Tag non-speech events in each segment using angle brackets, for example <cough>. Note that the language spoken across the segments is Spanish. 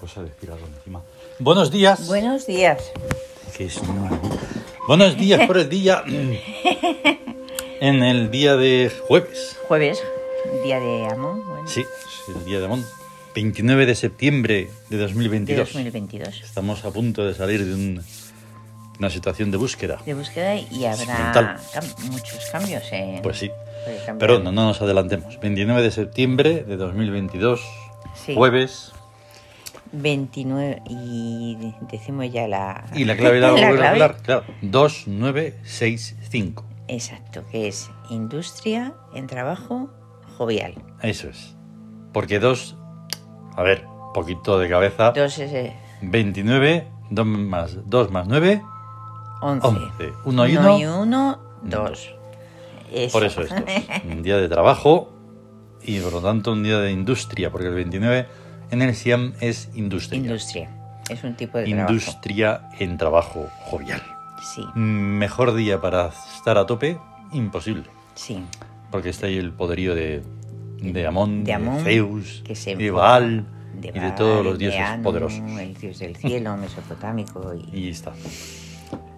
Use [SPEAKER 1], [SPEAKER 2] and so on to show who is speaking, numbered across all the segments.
[SPEAKER 1] cosa decir algo encima. Buenos días.
[SPEAKER 2] Buenos días.
[SPEAKER 1] Que es una- Buenos días por el
[SPEAKER 2] <laughs>
[SPEAKER 1] día. mm, En el día de jueves.
[SPEAKER 2] Jueves, día de amor, bueno,
[SPEAKER 1] Sí, es el día de Amón. 29 de septiembre de
[SPEAKER 2] de
[SPEAKER 1] 2022.
[SPEAKER 2] 2022.
[SPEAKER 1] Estamos a punto de salir de un- una situación de búsqueda.
[SPEAKER 2] De búsqueda y habrá
[SPEAKER 1] Sentimental.
[SPEAKER 2] cam- muchos cambios. En...
[SPEAKER 1] Pues sí.
[SPEAKER 2] puede cambiar.
[SPEAKER 1] Pero no, no nos adelantemos. 29 de septiembre de 2022.
[SPEAKER 2] Sí.
[SPEAKER 1] Jueves.
[SPEAKER 2] 29 y de- decimos ya la...
[SPEAKER 1] Y la
[SPEAKER 2] <laughs>
[SPEAKER 1] clave la,
[SPEAKER 2] la
[SPEAKER 1] vuelvo a
[SPEAKER 2] clave.
[SPEAKER 1] hablar. Claro. 2965.
[SPEAKER 2] Exacto, que es industria en trabajo jovial.
[SPEAKER 1] Eso es. Porque 2. A ver, poquito de cabeza.
[SPEAKER 2] Dos es eh,
[SPEAKER 1] 29, 2 más 2 más 9,
[SPEAKER 2] once.
[SPEAKER 1] 11. 1 y
[SPEAKER 2] Uno
[SPEAKER 1] 1.
[SPEAKER 2] uno, dos.
[SPEAKER 1] Por eso es
[SPEAKER 2] <laughs>
[SPEAKER 1] dos. Un día de trabajo y por lo tanto un día de industria, porque el 29 en el SIAM es industria.
[SPEAKER 2] Industria. Es un tipo de trabajo.
[SPEAKER 1] industria en trabajo jovial.
[SPEAKER 2] Sí,
[SPEAKER 1] Mejor día para estar a tope, imposible.
[SPEAKER 2] sí.
[SPEAKER 1] Porque está ahí el poderío de, de Amón, de,
[SPEAKER 2] de Amón,
[SPEAKER 1] Zeus,
[SPEAKER 2] que se
[SPEAKER 1] de
[SPEAKER 2] enfoca,
[SPEAKER 1] Baal y de
[SPEAKER 2] Baal,
[SPEAKER 1] todos los
[SPEAKER 2] de
[SPEAKER 1] dioses
[SPEAKER 2] Anu,
[SPEAKER 1] poderosos.
[SPEAKER 2] El dios del cielo mesopotámico. Y,
[SPEAKER 1] Y
[SPEAKER 2] este
[SPEAKER 1] está.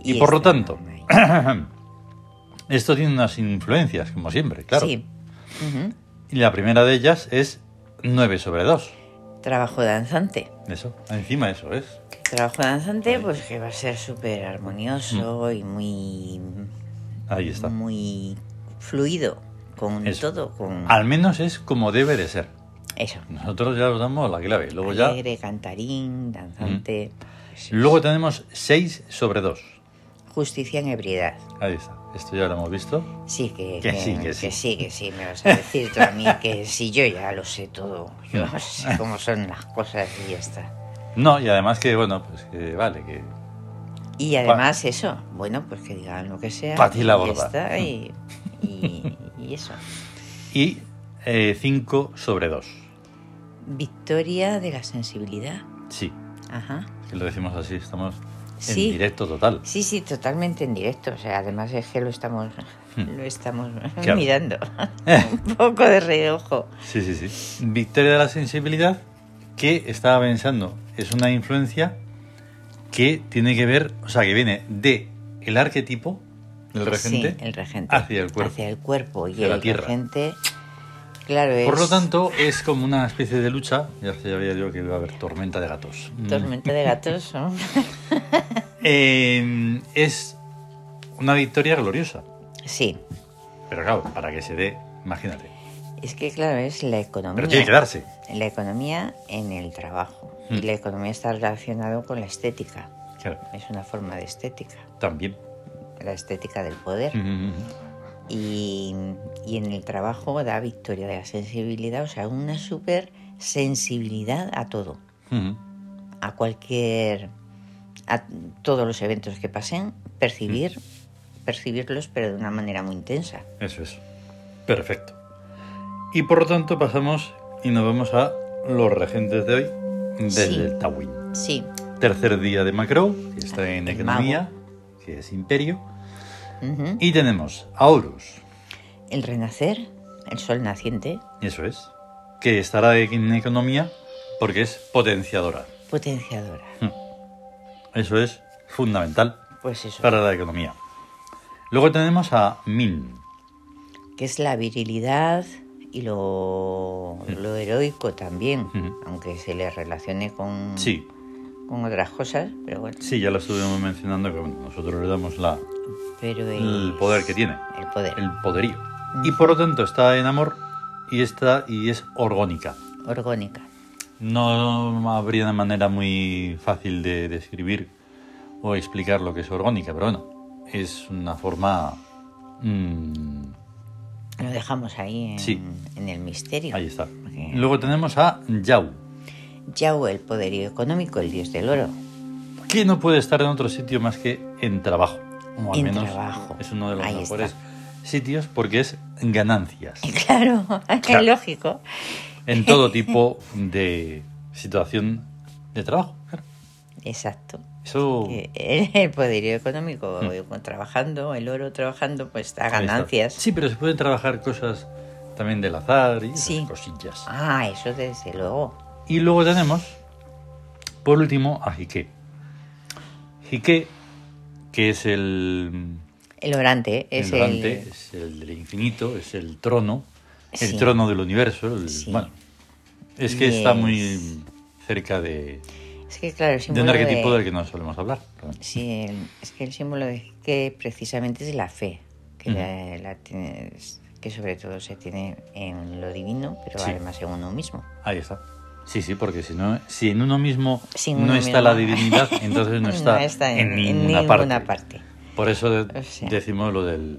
[SPEAKER 1] Y, por lo
[SPEAKER 2] esta-
[SPEAKER 1] tanto, esto tiene unas influencias, como siempre, claro.
[SPEAKER 2] Sí. Ujú.
[SPEAKER 1] Y la primera de ellas es 9 sobre 2.
[SPEAKER 2] Trabajo danzante.
[SPEAKER 1] Eso, encima eso es.
[SPEAKER 2] Trabajo danzante, pues que va a ser súper armonioso y muy,
[SPEAKER 1] Ahí Mm. está.
[SPEAKER 2] Mm. muy fluido con
[SPEAKER 1] Eso. Ah.
[SPEAKER 2] todo. Con
[SPEAKER 1] Al menos es como debe de ser.
[SPEAKER 2] eso.
[SPEAKER 1] Nosotros ya os damos la clave. Luego ya. Mm.
[SPEAKER 2] Alegre, cantarín, danzante. Sí.
[SPEAKER 1] Luego tenemos 6 sobre 2.
[SPEAKER 2] Justicia en ebriedad.
[SPEAKER 1] Ahí está. Esto ya lo hemos visto.
[SPEAKER 2] Sí que,
[SPEAKER 1] Que sí, que sí.
[SPEAKER 2] que sí, que sí, me vas a decir tú a mí que si yo ya lo sé todo,
[SPEAKER 1] Mm.
[SPEAKER 2] yo sé cómo son las cosas y ya está.
[SPEAKER 1] No, y además que, bueno, pues que vale, que.
[SPEAKER 2] Y además eso, bueno, pues que digan lo que sea.
[SPEAKER 1] Pa' ti la Mm.
[SPEAKER 2] y ya
[SPEAKER 1] borda.
[SPEAKER 2] está, y, y- y eso.
[SPEAKER 1] Y 5 sobre 2.
[SPEAKER 2] Victoria de la sensibilidad.
[SPEAKER 1] Sí,
[SPEAKER 2] Ajá.
[SPEAKER 1] que lo decimos así, estamos en
[SPEAKER 2] Sí.
[SPEAKER 1] directo total.
[SPEAKER 2] Sí, sí, totalmente en directo. O sea, además es que lo estamos, lo estamos
[SPEAKER 1] Mm. Claro. Eh.
[SPEAKER 2] mirando. <laughs> Un poco de reojo.
[SPEAKER 1] Sí, sí, sí. Victoria de la sensibilidad, que estaba pensando, es una influencia que tiene que ver, o sea, que viene de el arquetipo, el regente,
[SPEAKER 2] Sí, el regente.
[SPEAKER 1] hacia el cuerpo.
[SPEAKER 2] Hacia el cuerpo. Y
[SPEAKER 1] Hacia la
[SPEAKER 2] el
[SPEAKER 1] tierra.
[SPEAKER 2] regente, claro, es...
[SPEAKER 1] Por lo tanto, es como una especie de lucha, ya sabía yo que iba a haber tormenta de gatos. Mm.
[SPEAKER 2] Tormenta de gatos, ¿no?
[SPEAKER 1] <laughs> Eh, es una victoria gloriosa,
[SPEAKER 2] Sí,
[SPEAKER 1] pero claro, para que se dé, imagínate.
[SPEAKER 2] es que claro, es la economía.
[SPEAKER 1] Pero tiene que darse.
[SPEAKER 2] La economía en el trabajo. Y
[SPEAKER 1] Mm.
[SPEAKER 2] la economía está relacionada con la estética.
[SPEAKER 1] Claro,
[SPEAKER 2] Es una forma de estética.
[SPEAKER 1] también. <laughs>
[SPEAKER 2] La estética del poder.
[SPEAKER 1] Mm,
[SPEAKER 2] Y, y en el trabajo da victoria de la sensibilidad, o sea, una súper sensibilidad a todo.
[SPEAKER 1] mm.
[SPEAKER 2] A cualquier. a todos los eventos que pasen, percibir.
[SPEAKER 1] Mm.
[SPEAKER 2] percibirlos, pero de una manera muy intensa.
[SPEAKER 1] Eso es. Perfecto. Y por lo tanto pasamos y nos vamos a los regentes de hoy desde
[SPEAKER 2] Sí.
[SPEAKER 1] el Tawin.
[SPEAKER 2] Sí.
[SPEAKER 1] Tercer día de Macro, que está en
[SPEAKER 2] El
[SPEAKER 1] economía, que es imperio. Mm.
[SPEAKER 2] Ujú.
[SPEAKER 1] Y tenemos a Horus,
[SPEAKER 2] El renacer, el sol naciente,
[SPEAKER 1] eso es, que estará en economía porque es potenciadora.
[SPEAKER 2] potenciadora.
[SPEAKER 1] Eso es fundamental
[SPEAKER 2] Pues eso,
[SPEAKER 1] para la economía. Luego tenemos a Min,
[SPEAKER 2] que es la virilidad y lo, lo heroico también,
[SPEAKER 1] Ujú.
[SPEAKER 2] aunque se le relacione con,
[SPEAKER 1] sí,
[SPEAKER 2] con otras cosas, pero bueno.
[SPEAKER 1] sí, ya lo estuvimos mencionando, que bueno, nosotros le damos la,
[SPEAKER 2] Pero
[SPEAKER 1] el
[SPEAKER 2] es-
[SPEAKER 1] poder que tiene.
[SPEAKER 2] El poder.
[SPEAKER 1] el poderío. Y por lo tanto está en amor y está y es orgónica.
[SPEAKER 2] Orgónica.
[SPEAKER 1] No habría una manera muy fácil de describir o explicar lo que es orgónica, pero bueno, es una forma... mm,
[SPEAKER 2] Lo dejamos ahí en,
[SPEAKER 1] Sí.
[SPEAKER 2] en el misterio.
[SPEAKER 1] ahí está.
[SPEAKER 2] Porque
[SPEAKER 1] Luego tenemos a Yau,
[SPEAKER 2] Yahweh, el poderío económico, el dios del oro. <laughs>
[SPEAKER 1] que no puede estar en otro sitio más que en trabajo. O al
[SPEAKER 2] En
[SPEAKER 1] menos
[SPEAKER 2] trabajo.
[SPEAKER 1] es uno de los
[SPEAKER 2] Ahí
[SPEAKER 1] mejores
[SPEAKER 2] está.
[SPEAKER 1] sitios porque es ganancias.
[SPEAKER 2] Claro,
[SPEAKER 1] Claro.
[SPEAKER 2] es lógico.
[SPEAKER 1] en todo tipo de situación de trabajo. claro.
[SPEAKER 2] Exacto. <laughs>
[SPEAKER 1] Eso...
[SPEAKER 2] Eh, eh, El poderío económico, eh, trabajando, el oro trabajando, pues da
[SPEAKER 1] Ahí está.
[SPEAKER 2] ganancias.
[SPEAKER 1] Sí, pero se pueden trabajar cosas también del azar y esas
[SPEAKER 2] Sí.
[SPEAKER 1] cosillas.
[SPEAKER 2] Ah, eso desde luego.
[SPEAKER 1] Y luego tenemos Por último, a Jiqué. Jiqué, E, que es el,
[SPEAKER 2] El orante es
[SPEAKER 1] el, orante, es el del infinito, es el trono,
[SPEAKER 2] Sí.
[SPEAKER 1] el trono del universo. el-
[SPEAKER 2] Sí.
[SPEAKER 1] Bueno, es que
[SPEAKER 2] Y
[SPEAKER 1] está
[SPEAKER 2] es-
[SPEAKER 1] muy cerca de,
[SPEAKER 2] Es que claro, el
[SPEAKER 1] de
[SPEAKER 2] símbolo
[SPEAKER 1] un arquetipo
[SPEAKER 2] de-
[SPEAKER 1] del que no solemos hablar.
[SPEAKER 2] Sí, el- es que el símbolo de que precisamente es la fe, que, la- la tienes- que sobre todo se tiene en lo divino, pero
[SPEAKER 1] Sí.
[SPEAKER 2] además en uno mismo.
[SPEAKER 1] Ahí está. Sí, sí, porque si, no, si en uno mismo
[SPEAKER 2] Sin
[SPEAKER 1] no
[SPEAKER 2] uno
[SPEAKER 1] está
[SPEAKER 2] mismo.
[SPEAKER 1] la
[SPEAKER 2] <laughs>
[SPEAKER 1] divinidad, entonces no está, en, ninguna, parte. Por eso de-
[SPEAKER 2] O sea.
[SPEAKER 1] decimos lo del,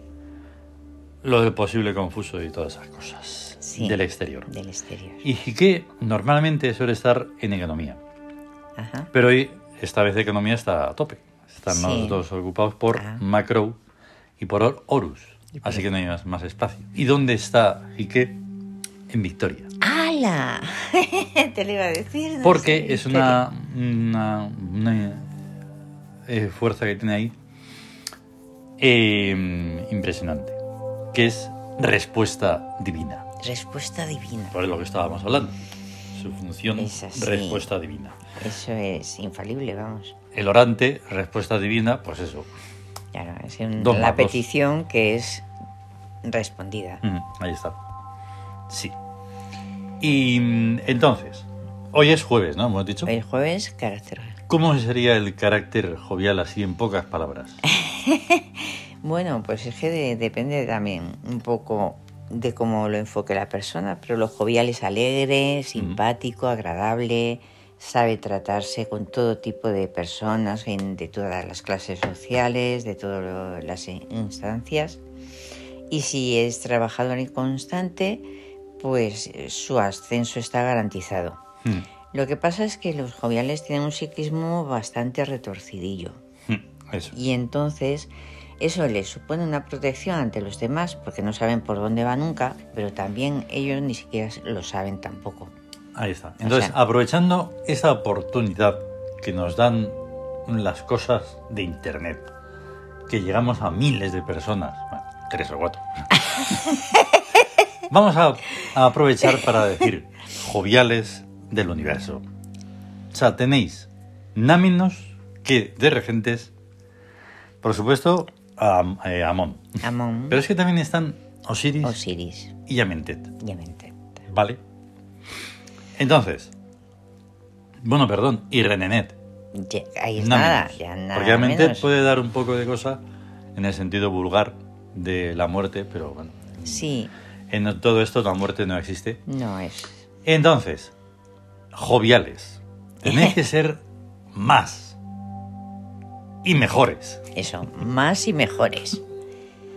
[SPEAKER 1] lo del posible confuso y todas esas cosas
[SPEAKER 2] Sí.
[SPEAKER 1] del exterior.
[SPEAKER 2] Del exterior.
[SPEAKER 1] Y que normalmente suele estar en economía,
[SPEAKER 2] Ajá.
[SPEAKER 1] pero hoy esta vez economía está a tope. Están los
[SPEAKER 2] Sí.
[SPEAKER 1] dos ocupados por
[SPEAKER 2] Ah.
[SPEAKER 1] Macro y por Or- Horus, así que no hay más, más espacio. ¿Y dónde está Jique? En Victoria.
[SPEAKER 2] ¡Hala! <laughs> Te lo iba a decir. no
[SPEAKER 1] Porque
[SPEAKER 2] sé,
[SPEAKER 1] es
[SPEAKER 2] pero-
[SPEAKER 1] una, una- una, eh, fuerza que tiene ahí eh, impresionante, que es respuesta divina,
[SPEAKER 2] Respuesta divina.
[SPEAKER 1] por lo que estábamos hablando. Su función,
[SPEAKER 2] Es así.
[SPEAKER 1] respuesta divina.
[SPEAKER 2] Eso es infalible, vamos.
[SPEAKER 1] El orante, respuesta divina, pues eso.
[SPEAKER 2] Claro, es un-
[SPEAKER 1] Dos
[SPEAKER 2] la
[SPEAKER 1] magos.
[SPEAKER 2] petición que es respondida.
[SPEAKER 1] Mm, Ahí está. Sí. Y mm, entonces, hoy es jueves, ¿no? Hemos dicho.
[SPEAKER 2] El jueves, carácter.
[SPEAKER 1] ¿Cómo sería el carácter jovial así en pocas
[SPEAKER 2] <laughs>
[SPEAKER 1] palabras?
[SPEAKER 2] Bueno, pues es que de- depende también un poco de cómo lo enfoque la persona, pero lo jovial es alegre,
[SPEAKER 1] Mm.
[SPEAKER 2] simpático, agradable, sabe tratarse con todo tipo de personas, en- de todas las clases sociales, de todas las in- instancias. Y si es trabajador y constante, pues eh, su ascenso está garantizado.
[SPEAKER 1] Mm,
[SPEAKER 2] Lo que pasa es que los joviales tienen un psiquismo bastante retorcidillo.
[SPEAKER 1] mm, Eso.
[SPEAKER 2] Y entonces eso les supone una protección ante los demás porque no saben por dónde va nunca, pero también ellos ni siquiera lo
[SPEAKER 1] <laughs>
[SPEAKER 2] saben tampoco.
[SPEAKER 1] Ahí está. Entonces,
[SPEAKER 2] sea-
[SPEAKER 1] aprovechando esa oportunidad que nos dan las cosas de Internet, que llegamos a miles de personas, bueno, tres o cuatro, vamos a, a aprovechar para decir, joviales del universo. O sea, tenéis náminos que de regentes, por supuesto, a, eh, Amón.
[SPEAKER 2] Amón,
[SPEAKER 1] Pero es que también están Osiris
[SPEAKER 2] Osiris,
[SPEAKER 1] y Amentet.
[SPEAKER 2] Yamente.
[SPEAKER 1] Vale. Entonces. Bueno, perdón. Y Renenet.
[SPEAKER 2] Ya- ahí es
[SPEAKER 1] nada
[SPEAKER 2] nada,
[SPEAKER 1] menos.
[SPEAKER 2] ya nada.
[SPEAKER 1] Porque realmente
[SPEAKER 2] menos.
[SPEAKER 1] puede dar un poco de cosa en el sentido vulgar de la muerte, pero bueno.
[SPEAKER 2] Sí,
[SPEAKER 1] En todo esto la muerte no existe.
[SPEAKER 2] no es.
[SPEAKER 1] Entonces,
[SPEAKER 2] <laughs>
[SPEAKER 1] joviales. Tenéis que ser más y mejores.
[SPEAKER 2] Eso, más
[SPEAKER 1] <laughs>
[SPEAKER 2] y mejores.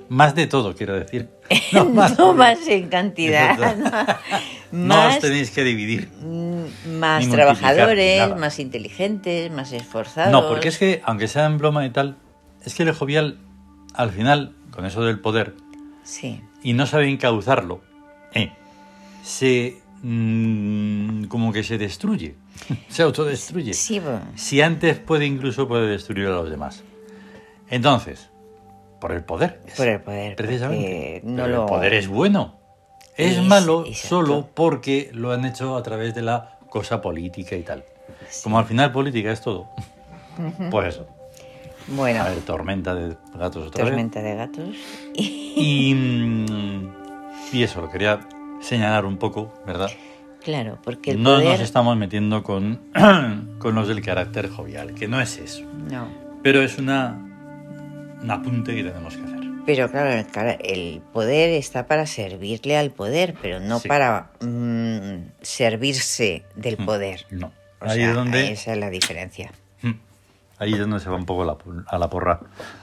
[SPEAKER 1] Más de todo, quiero
[SPEAKER 2] <laughs>
[SPEAKER 1] decir.
[SPEAKER 2] No más, en cantidad. <laughs>
[SPEAKER 1] Exacto.
[SPEAKER 2] no.
[SPEAKER 1] No os
[SPEAKER 2] Más,
[SPEAKER 1] tenéis que dividir.
[SPEAKER 2] mm, más
[SPEAKER 1] ni multiplicar, ni
[SPEAKER 2] trabajadores,
[SPEAKER 1] nada.
[SPEAKER 2] más inteligentes, más esforzados.
[SPEAKER 1] No, porque es que, aunque sea en broma y tal, es que el jovial, al final, con eso del poder,
[SPEAKER 2] Sí,
[SPEAKER 1] y no sabe encauzarlo, eh, se. mm, como que se destruye. <laughs> Se autodestruye.
[SPEAKER 2] sí, bueno,
[SPEAKER 1] Si antes puede, incluso puede destruir a los demás. Entonces, por el poder.
[SPEAKER 2] por el poder.
[SPEAKER 1] Precisamente.
[SPEAKER 2] porque eh, No
[SPEAKER 1] Pero
[SPEAKER 2] lo...
[SPEAKER 1] El poder es bueno. Es,
[SPEAKER 2] Es-
[SPEAKER 1] malo
[SPEAKER 2] exacto.
[SPEAKER 1] solo porque lo han hecho a través de la cosa política y tal.
[SPEAKER 2] Sí.
[SPEAKER 1] Como al final política es todo. Pues eso.
[SPEAKER 2] Bueno,
[SPEAKER 1] A ver, tormenta de gatos otra
[SPEAKER 2] tormenta de gatos.
[SPEAKER 1] vez. Y, mm, y eso, lo quería señalar un poco, ¿verdad?
[SPEAKER 2] Claro, porque el
[SPEAKER 1] no
[SPEAKER 2] poder...
[SPEAKER 1] nos estamos metiendo con, <clears throat> con los del carácter jovial, que no es eso.
[SPEAKER 2] No,
[SPEAKER 1] Pero es una, un apunte que tenemos que hacer.
[SPEAKER 2] pero claro, el, cara- el poder está para servirle al poder, pero no
[SPEAKER 1] Sí.
[SPEAKER 2] para mm, servirse del poder.
[SPEAKER 1] No.
[SPEAKER 2] O
[SPEAKER 1] Ahí
[SPEAKER 2] sea,
[SPEAKER 1] es donde,
[SPEAKER 2] Esa es la diferencia.
[SPEAKER 1] ahí es donde se va un poco la pu- a la porra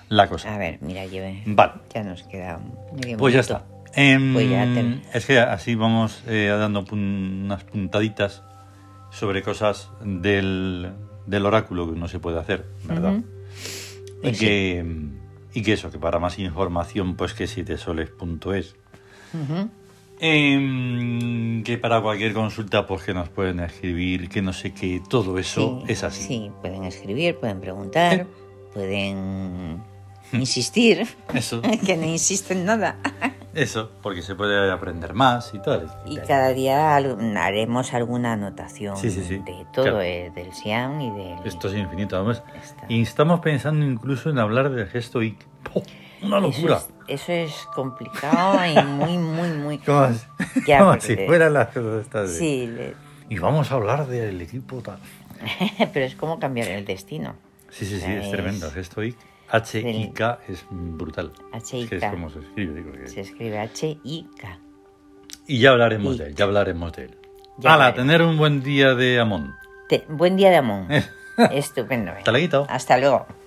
[SPEAKER 1] la
[SPEAKER 2] A
[SPEAKER 1] cosa.
[SPEAKER 2] ver, mira, lleve.
[SPEAKER 1] Vale,
[SPEAKER 2] Ya nos queda un- medio
[SPEAKER 1] pues ya
[SPEAKER 2] minuto.
[SPEAKER 1] está. Em,
[SPEAKER 2] Pues ya ten-
[SPEAKER 1] Es que así vamos eh, dando pun- unas puntaditas sobre cosas del, del oráculo que no se puede hacer, ¿verdad?
[SPEAKER 2] Ujú. Pues
[SPEAKER 1] y, que, y que eso, que para más información, pues que sitesoles.es.
[SPEAKER 2] Ujú.
[SPEAKER 1] Em, que para cualquier consulta, pues que nos pueden escribir, que no sé qué, todo eso
[SPEAKER 2] Sí,
[SPEAKER 1] es así.
[SPEAKER 2] Sí, pueden escribir, pueden preguntar,
[SPEAKER 1] Eh.
[SPEAKER 2] pueden insistir, <laughs>
[SPEAKER 1] Eso.
[SPEAKER 2] que no insisten nada.
[SPEAKER 1] Eso, porque se puede aprender más y tal.
[SPEAKER 2] Y cada día al- haremos alguna anotación
[SPEAKER 1] Sí, sí, sí.
[SPEAKER 2] de todo,
[SPEAKER 1] Claro.
[SPEAKER 2] eh, del Siam y del...
[SPEAKER 1] Esto es infinito, además.
[SPEAKER 2] Está.
[SPEAKER 1] Y estamos pensando incluso en hablar del gesto IC. ¡Po! ¡Una
[SPEAKER 2] Eso
[SPEAKER 1] locura!
[SPEAKER 2] es- Eso es, complicado y muy, muy,
[SPEAKER 1] <laughs>
[SPEAKER 2] muy...
[SPEAKER 1] Como, si-
[SPEAKER 2] Ya,
[SPEAKER 1] como
[SPEAKER 2] porque-
[SPEAKER 1] si fueran las cosas estas de-
[SPEAKER 2] Sí, le- <laughs>
[SPEAKER 1] Y vamos a hablar del equipo tal.
[SPEAKER 2] pero es como cambiar el destino.
[SPEAKER 1] Sí, sí, sí,
[SPEAKER 2] Es-
[SPEAKER 1] es tremendo. El gesto IC, H-I-K, es brutal. Es que es
[SPEAKER 2] H-I-K.
[SPEAKER 1] como se escribe. digo que-
[SPEAKER 2] Se escribe H-I-K.
[SPEAKER 1] Y ya hablaremos
[SPEAKER 2] IC.
[SPEAKER 1] de él, ya hablaremos de él.
[SPEAKER 2] Ya
[SPEAKER 1] Hala,
[SPEAKER 2] hablaremos.
[SPEAKER 1] tener un buen día de Amón. <laughs>
[SPEAKER 2] Te- Buen día de Amón. Estupendo. eh.
[SPEAKER 1] Hasta luego.
[SPEAKER 2] Hasta luego.